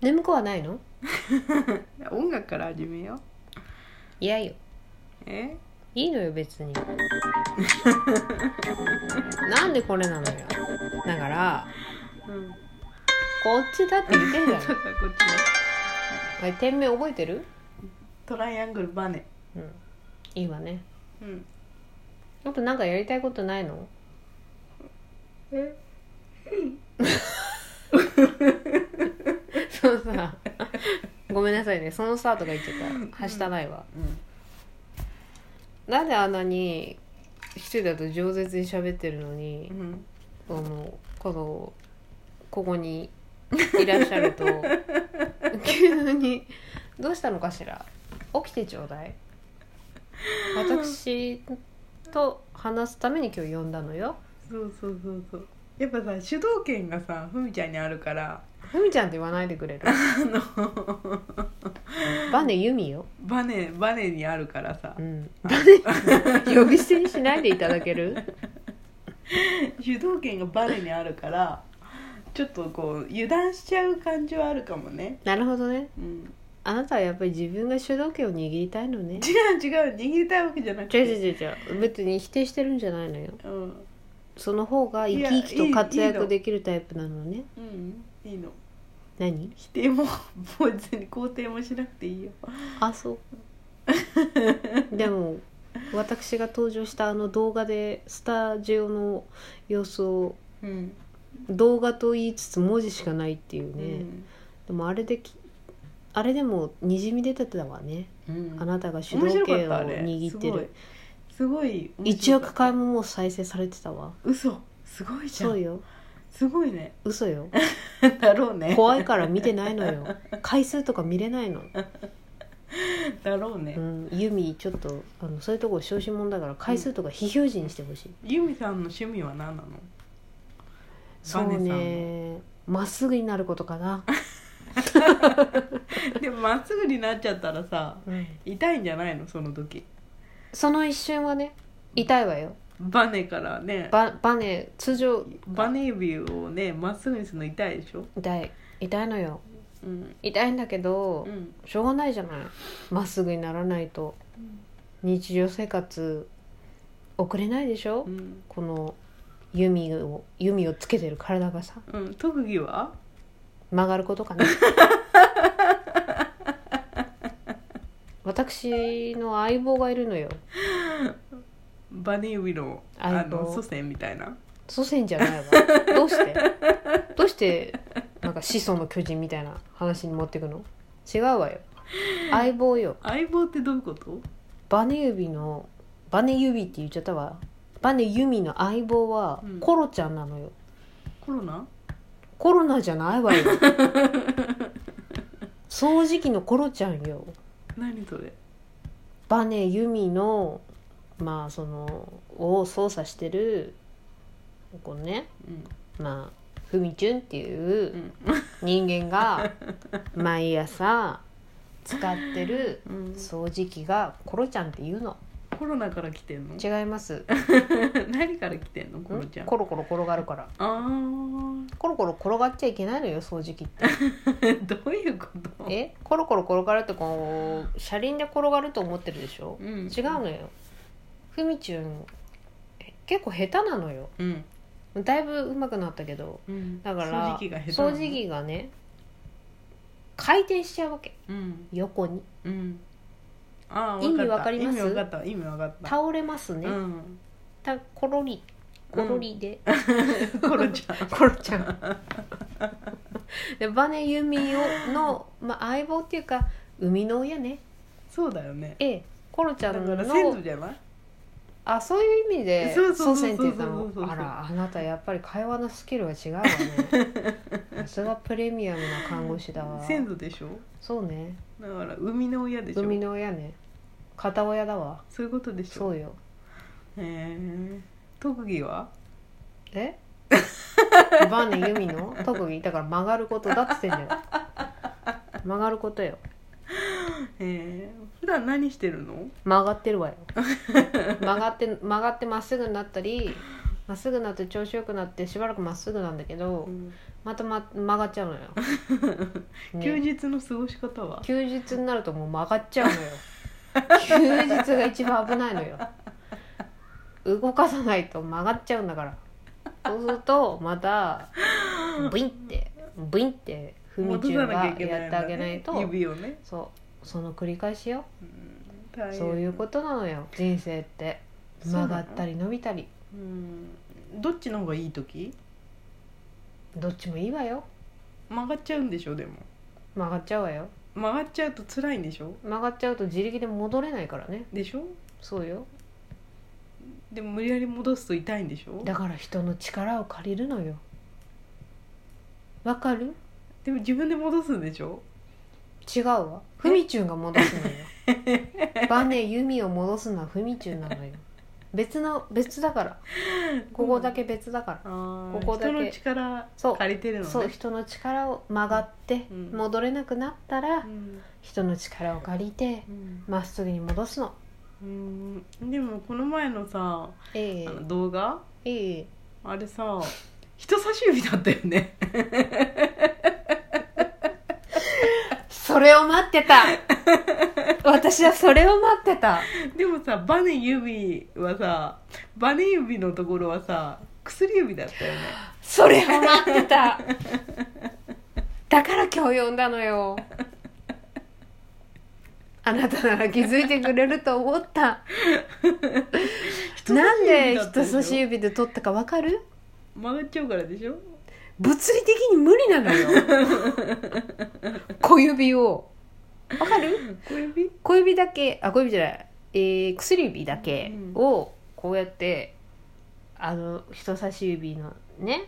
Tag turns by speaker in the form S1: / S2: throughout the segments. S1: 眠くはないの
S2: 音楽から始めよう
S1: 嫌よ
S2: え
S1: いいのよ別に なんでこれなのよだから
S2: うん
S1: こっちだって言ってんじゃん
S2: そうかこっちね
S1: あれ店名覚えてる
S2: トライアングルバネ
S1: うんいいわね
S2: うん
S1: あとなんかやりたいことないの
S2: え
S1: そのさごめんなさいねそのさとか言っちゃったはしたないわ、なんであんなに一人だと饒舌に喋ってるのに
S2: う、ん
S1: このこのここにいらっしゃ ると急に「どうしたのかしら起きてちょうだい」私と話すために今日呼んだのよ
S2: そうそうそうそうやっぱさ主導権がさふみちゃんにあるから
S1: ふみちゃんって言わないでくれる
S2: あの
S1: バネユミよ、
S2: バネバネにあるからさ
S1: うん、バネ呼び捨てにしないでいただける
S2: 主導権がバネにあるからちょっとこう油断しちゃう感じはあるかもね、
S1: なるほどね
S2: うん、
S1: あなたはやっぱり自分が主導権を握りたいのね
S2: 違う違う握りたいわけじゃなく
S1: 違う
S2: て
S1: 違う違う違う別に否定してるんじゃないのよ
S2: うん
S1: その方が生き生
S2: いやい
S1: き
S2: い
S1: と活
S2: いいの
S1: 躍できるタイプなのね
S2: うんいいの
S1: 何
S2: 否定ももう別に肯定もしなくていいよ
S1: あそうでも私が登場したあの動画でスタジオの様子を
S2: うん、
S1: 動画と言いつつ文字しかないっていう
S2: う
S1: ね、
S2: ん
S1: でもあれできあれでもにじみ出てたわね、
S2: うん
S1: あなたが主
S2: 面
S1: 導
S2: 白か
S1: 権
S2: っ
S1: を
S2: たあれ
S1: 握ってる
S2: すごいすごい面
S1: 1
S2: 白
S1: 億
S2: かった
S1: 回ももう再生されてたわ
S2: 嘘すごいじゃ
S1: そうんよ
S2: すごいね
S1: 嘘よ
S2: だろうね
S1: 怖いから見てないのよ回数とか見れないの、
S2: だろうね、
S1: うん、ユミちょっとあのそういうとこ小心者だから回数とか非表示にしてほしい、
S2: ユミさんの趣味は何なの
S1: そう
S2: バネさ
S1: ねまっすぐになることかな、
S2: んのでもまっすぐになっちゃったらさ痛いんじゃないのその時
S1: その一瞬はね痛いわよ
S2: バネからね
S1: ババネ通常
S2: バネ指をねまっすぐにするの痛いでしょ
S1: 痛い痛いのよ
S2: うん
S1: 痛いんだけど
S2: うん
S1: しょうがないじゃないまっすぐにならないと日常生活送れないでしょ、
S2: うん、
S1: この弓を弓をつけてる体がさ
S2: うん、特技は
S1: 曲がることかな 私の相棒がいるのよ
S2: バネ指の
S1: 相
S2: あ
S1: 棒
S2: の祖先みたいな
S1: 祖先じゃないわどうしてどうしてなんか始祖の巨人みたいな話に持ってくの違うわよ相棒よ
S2: 相棒ってどういうこと
S1: バネ指のバネ指って言っちゃったわバネ弓の相棒は
S2: うん
S1: コロちゃんなのよ、
S2: コロナ
S1: コロナじゃない わよ掃除機のコロちゃんよ
S2: 何それ
S1: バネ弓のまあそのを操作してるこのね
S2: うん
S1: まあふみちゅんっていうう、人間 が毎朝使ってる
S2: ん、うん、
S1: 掃除機がコロちゃんっていうの
S2: コロナから来てんの
S1: 違います
S2: 何から来てんのコロちゃんあ
S1: コロコロ転がるから
S2: あー
S1: コロコロ転がっちゃいけないのよ掃除機って
S2: どういうこと
S1: えコロコロ転がるとこう車輪で転がると思ってるでしょ
S2: うん
S1: 違うのよふみちゅんえ結構下手なのよ
S2: うん、
S1: だいぶ上手くなったけど
S2: うん、
S1: だから
S2: 掃除機が下手なの
S1: 掃除機がね回転しちゃうわけ
S2: うん
S1: 横に
S2: うんああ
S1: 意味わかります
S2: 意味わかった意味わかった
S1: 倒れますね、
S2: うん
S1: たコロリコロリで、
S2: コロちゃん
S1: コロちゃん でバネユミをの、まあ、相棒っていうか生みの親ね
S2: そうだよね
S1: ええコロちゃ
S2: だか
S1: ん
S2: ら先祖
S1: の
S2: じゃない
S1: あそういう意味で
S2: そうそうそう
S1: 祖先って言ったの
S2: そうそうそうそ
S1: あ
S2: う
S1: らあなたやっぱり会話のスキルが違うわ ねさすがプレミアムな看護師だわ
S2: 先祖でしょ
S1: そうね
S2: だから生みの親でしょ
S1: 生みの親ね片親だわ
S2: そういうことでしょ
S1: そうよ
S2: へえ特技は
S1: えバネユミの特技だから曲がることだって言ってんだよ曲がることよ
S2: え普段何してるの
S1: 曲がってるわよ曲がって曲がってまっすぐになったりまっすぐなって調子よくなってしばらくまっすぐなんだけど、
S2: うん
S1: また、ま、曲がっちゃうの よ、ね
S2: 休日の過ごし方は
S1: 休日になるともう曲がっちゃうのよ休日が一番危ないのよ動かさないと曲がっちゃうんだからそうするとまたブインってブインって踏み中がやってあげないと
S2: 戻さきゃいけないんだね指をね、
S1: そうその繰り返しよ
S2: うん大変
S1: そういうことなのよ人生って
S2: そうな
S1: 曲
S2: の
S1: がったり伸びたり
S2: うんどっちの方がいい時
S1: どっちもいいわよ
S2: 曲がっちゃうんでしょでも
S1: 曲がっちゃうわよ
S2: 曲がっちゃうと辛いんでしょ
S1: 曲がっちゃうと自力で戻れないからね
S2: でしょ
S1: そうよ
S2: でも無理やり戻すと痛いんでしょ
S1: だから人の力を借りるのよわかる
S2: でも自分で戻すんでしょ
S1: 違うわふみちゅんが戻すのよバネ弓を戻すのはふみちゅんなのよ別の別だからここだけ別だから、
S2: あ
S1: ここだけ
S2: 人の力
S1: そう
S2: 借りてるのね
S1: そう人の力を曲がって
S2: うん
S1: 戻れなくなったら、
S2: うん
S1: 人の力を借りて
S2: うん
S1: まっすぐに戻すの
S2: うんでもこの前のさ
S1: ええ
S2: あの動画
S1: ええ
S2: あれさ人差し指だったよね
S1: それを待って た私はそれを待ってた
S2: でもさバネ指はさバネ指のところはさ薬指だったよね
S1: それを待ってただから今日呼んだのよあなたなら気づいてくれると思ったなんで人差し
S2: 指
S1: 指で取ったかわかる
S2: 曲がっちゃうからでしょ
S1: 物理的に無理なのよ小指をわかる
S2: 小指
S1: 小指だけあ小指じゃない、えー薬指だけをこうやってあの人差し指のね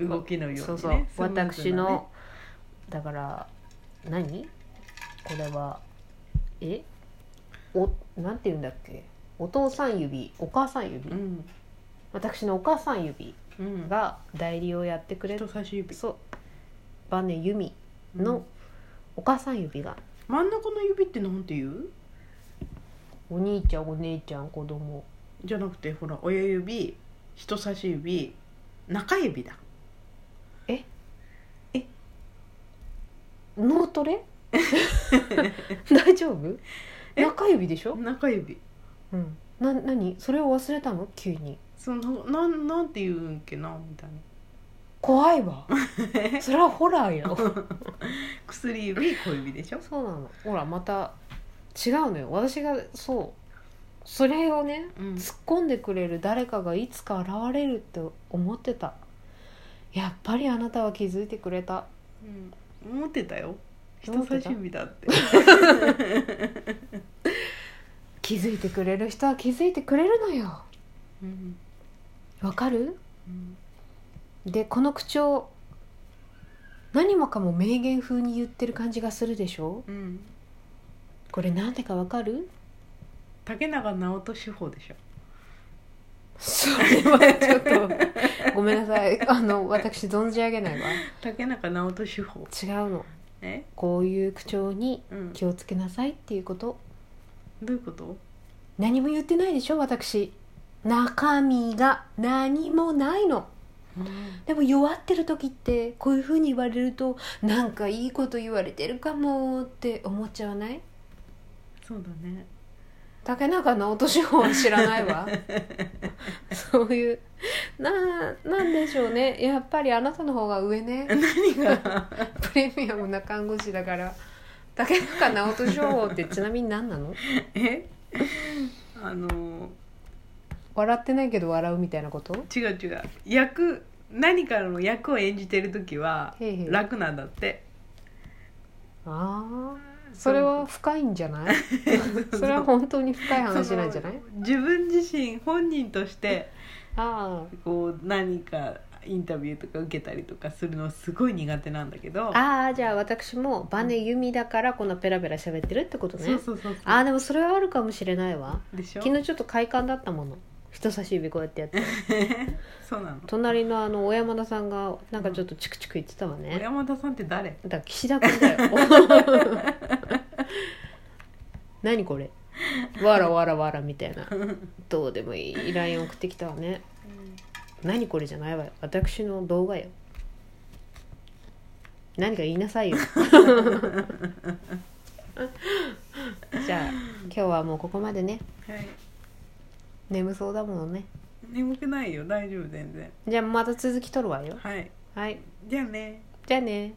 S2: 動きのように、ね、
S1: そうそう
S2: スムーズなね
S1: 私のだから何これはえおなんて言うんだっけお父さん指お母さん指、
S2: うん、
S1: 私のお母さん指
S2: うん、
S1: が代理をやってくれ
S2: 人
S1: る
S2: 差し指
S1: そうバネ由美
S2: うん
S1: のお母さん指が、
S2: 真ん中の指ってなんて言う
S1: お兄ちゃんお姉ちゃん子供
S2: じゃなくてほら親指人差し指中指だ
S1: 脳ト レ大丈夫中指でしょ、
S2: 中指
S1: うん、な何それを忘れたの急に
S2: そのなんなんて言うんっけなみたいな
S1: 怖い わそれはホラーよ
S2: 薬指小指でしょ
S1: そうなのほらまた違うのよ私がそうそれをね
S2: うん
S1: 突っ込んでくれる誰かがいつか現れるって思ってたやっぱりあなたは気づいてくれた
S2: うん、思ってたよ
S1: 思
S2: 人
S1: ってた
S2: 差し指だって
S1: 気づいてくれる人は気づいてくれるのよ
S2: うん
S1: わかる
S2: うん
S1: でこの口調何もかも名言風に言ってる感じがするでしょ
S2: うん
S1: これなんでかわかる
S2: 竹中直人手法でしょ
S1: それはちょっとごめんなさいあの私存じ上げないわ
S2: 竹中直人手法
S1: 違うの
S2: え、
S1: こういう口調に
S2: うん、ど
S1: 気をつけなさいっていうこと
S2: ういうこと
S1: 何も言ってないでしょ私中身が何もないのでも弱ってる時ってこういうふうに言われるとなんかいいこと言われてるかもって思っちゃわない
S2: そうだね
S1: 竹中直人手法は知らないわそういうななんでしょうねやっぱりあなたの方が上ね
S2: 何が
S1: プレミアムな看護師だから竹中直人手法ってちなみに何なの
S2: えあの
S1: 笑ってないけど笑うみたいなこと
S2: 違う違う役何かの役を演じてる時は
S1: へいへい
S2: 楽なんだって
S1: ああそれは深いんじゃないそれは本当に深い話なんじゃない
S2: その自分自身本人として
S1: あ
S2: こう何かインタビューとか受けたりとかするのすごい苦手なんだけど
S1: あああじゃあ私もバネ由美だからこんなペラペラ喋ってるってことね
S2: そうそうそうそう
S1: ああでもそれはあるかもしれないわ
S2: でしょ
S1: 昨日ちょっと快感だったもの人差し指こうやってやって
S2: そうなの
S1: 隣のあの小山田さんがなんかちょっとチクチク言ってたわ
S2: 小
S1: ね、
S2: 山田さんって誰
S1: だから岸田君だよ 何これわらわらわらみたいなどうでもいい LINE 送ってきたわね何これじゃないわよ私の動画よ何か言いなさいよ じゃあ今日はもうここまでね
S2: はい
S1: 眠そうだものね
S2: 眠くないよ大丈夫全然
S1: じゃあまた続き撮るわよ
S2: はい
S1: はい
S2: じゃあね
S1: じゃあね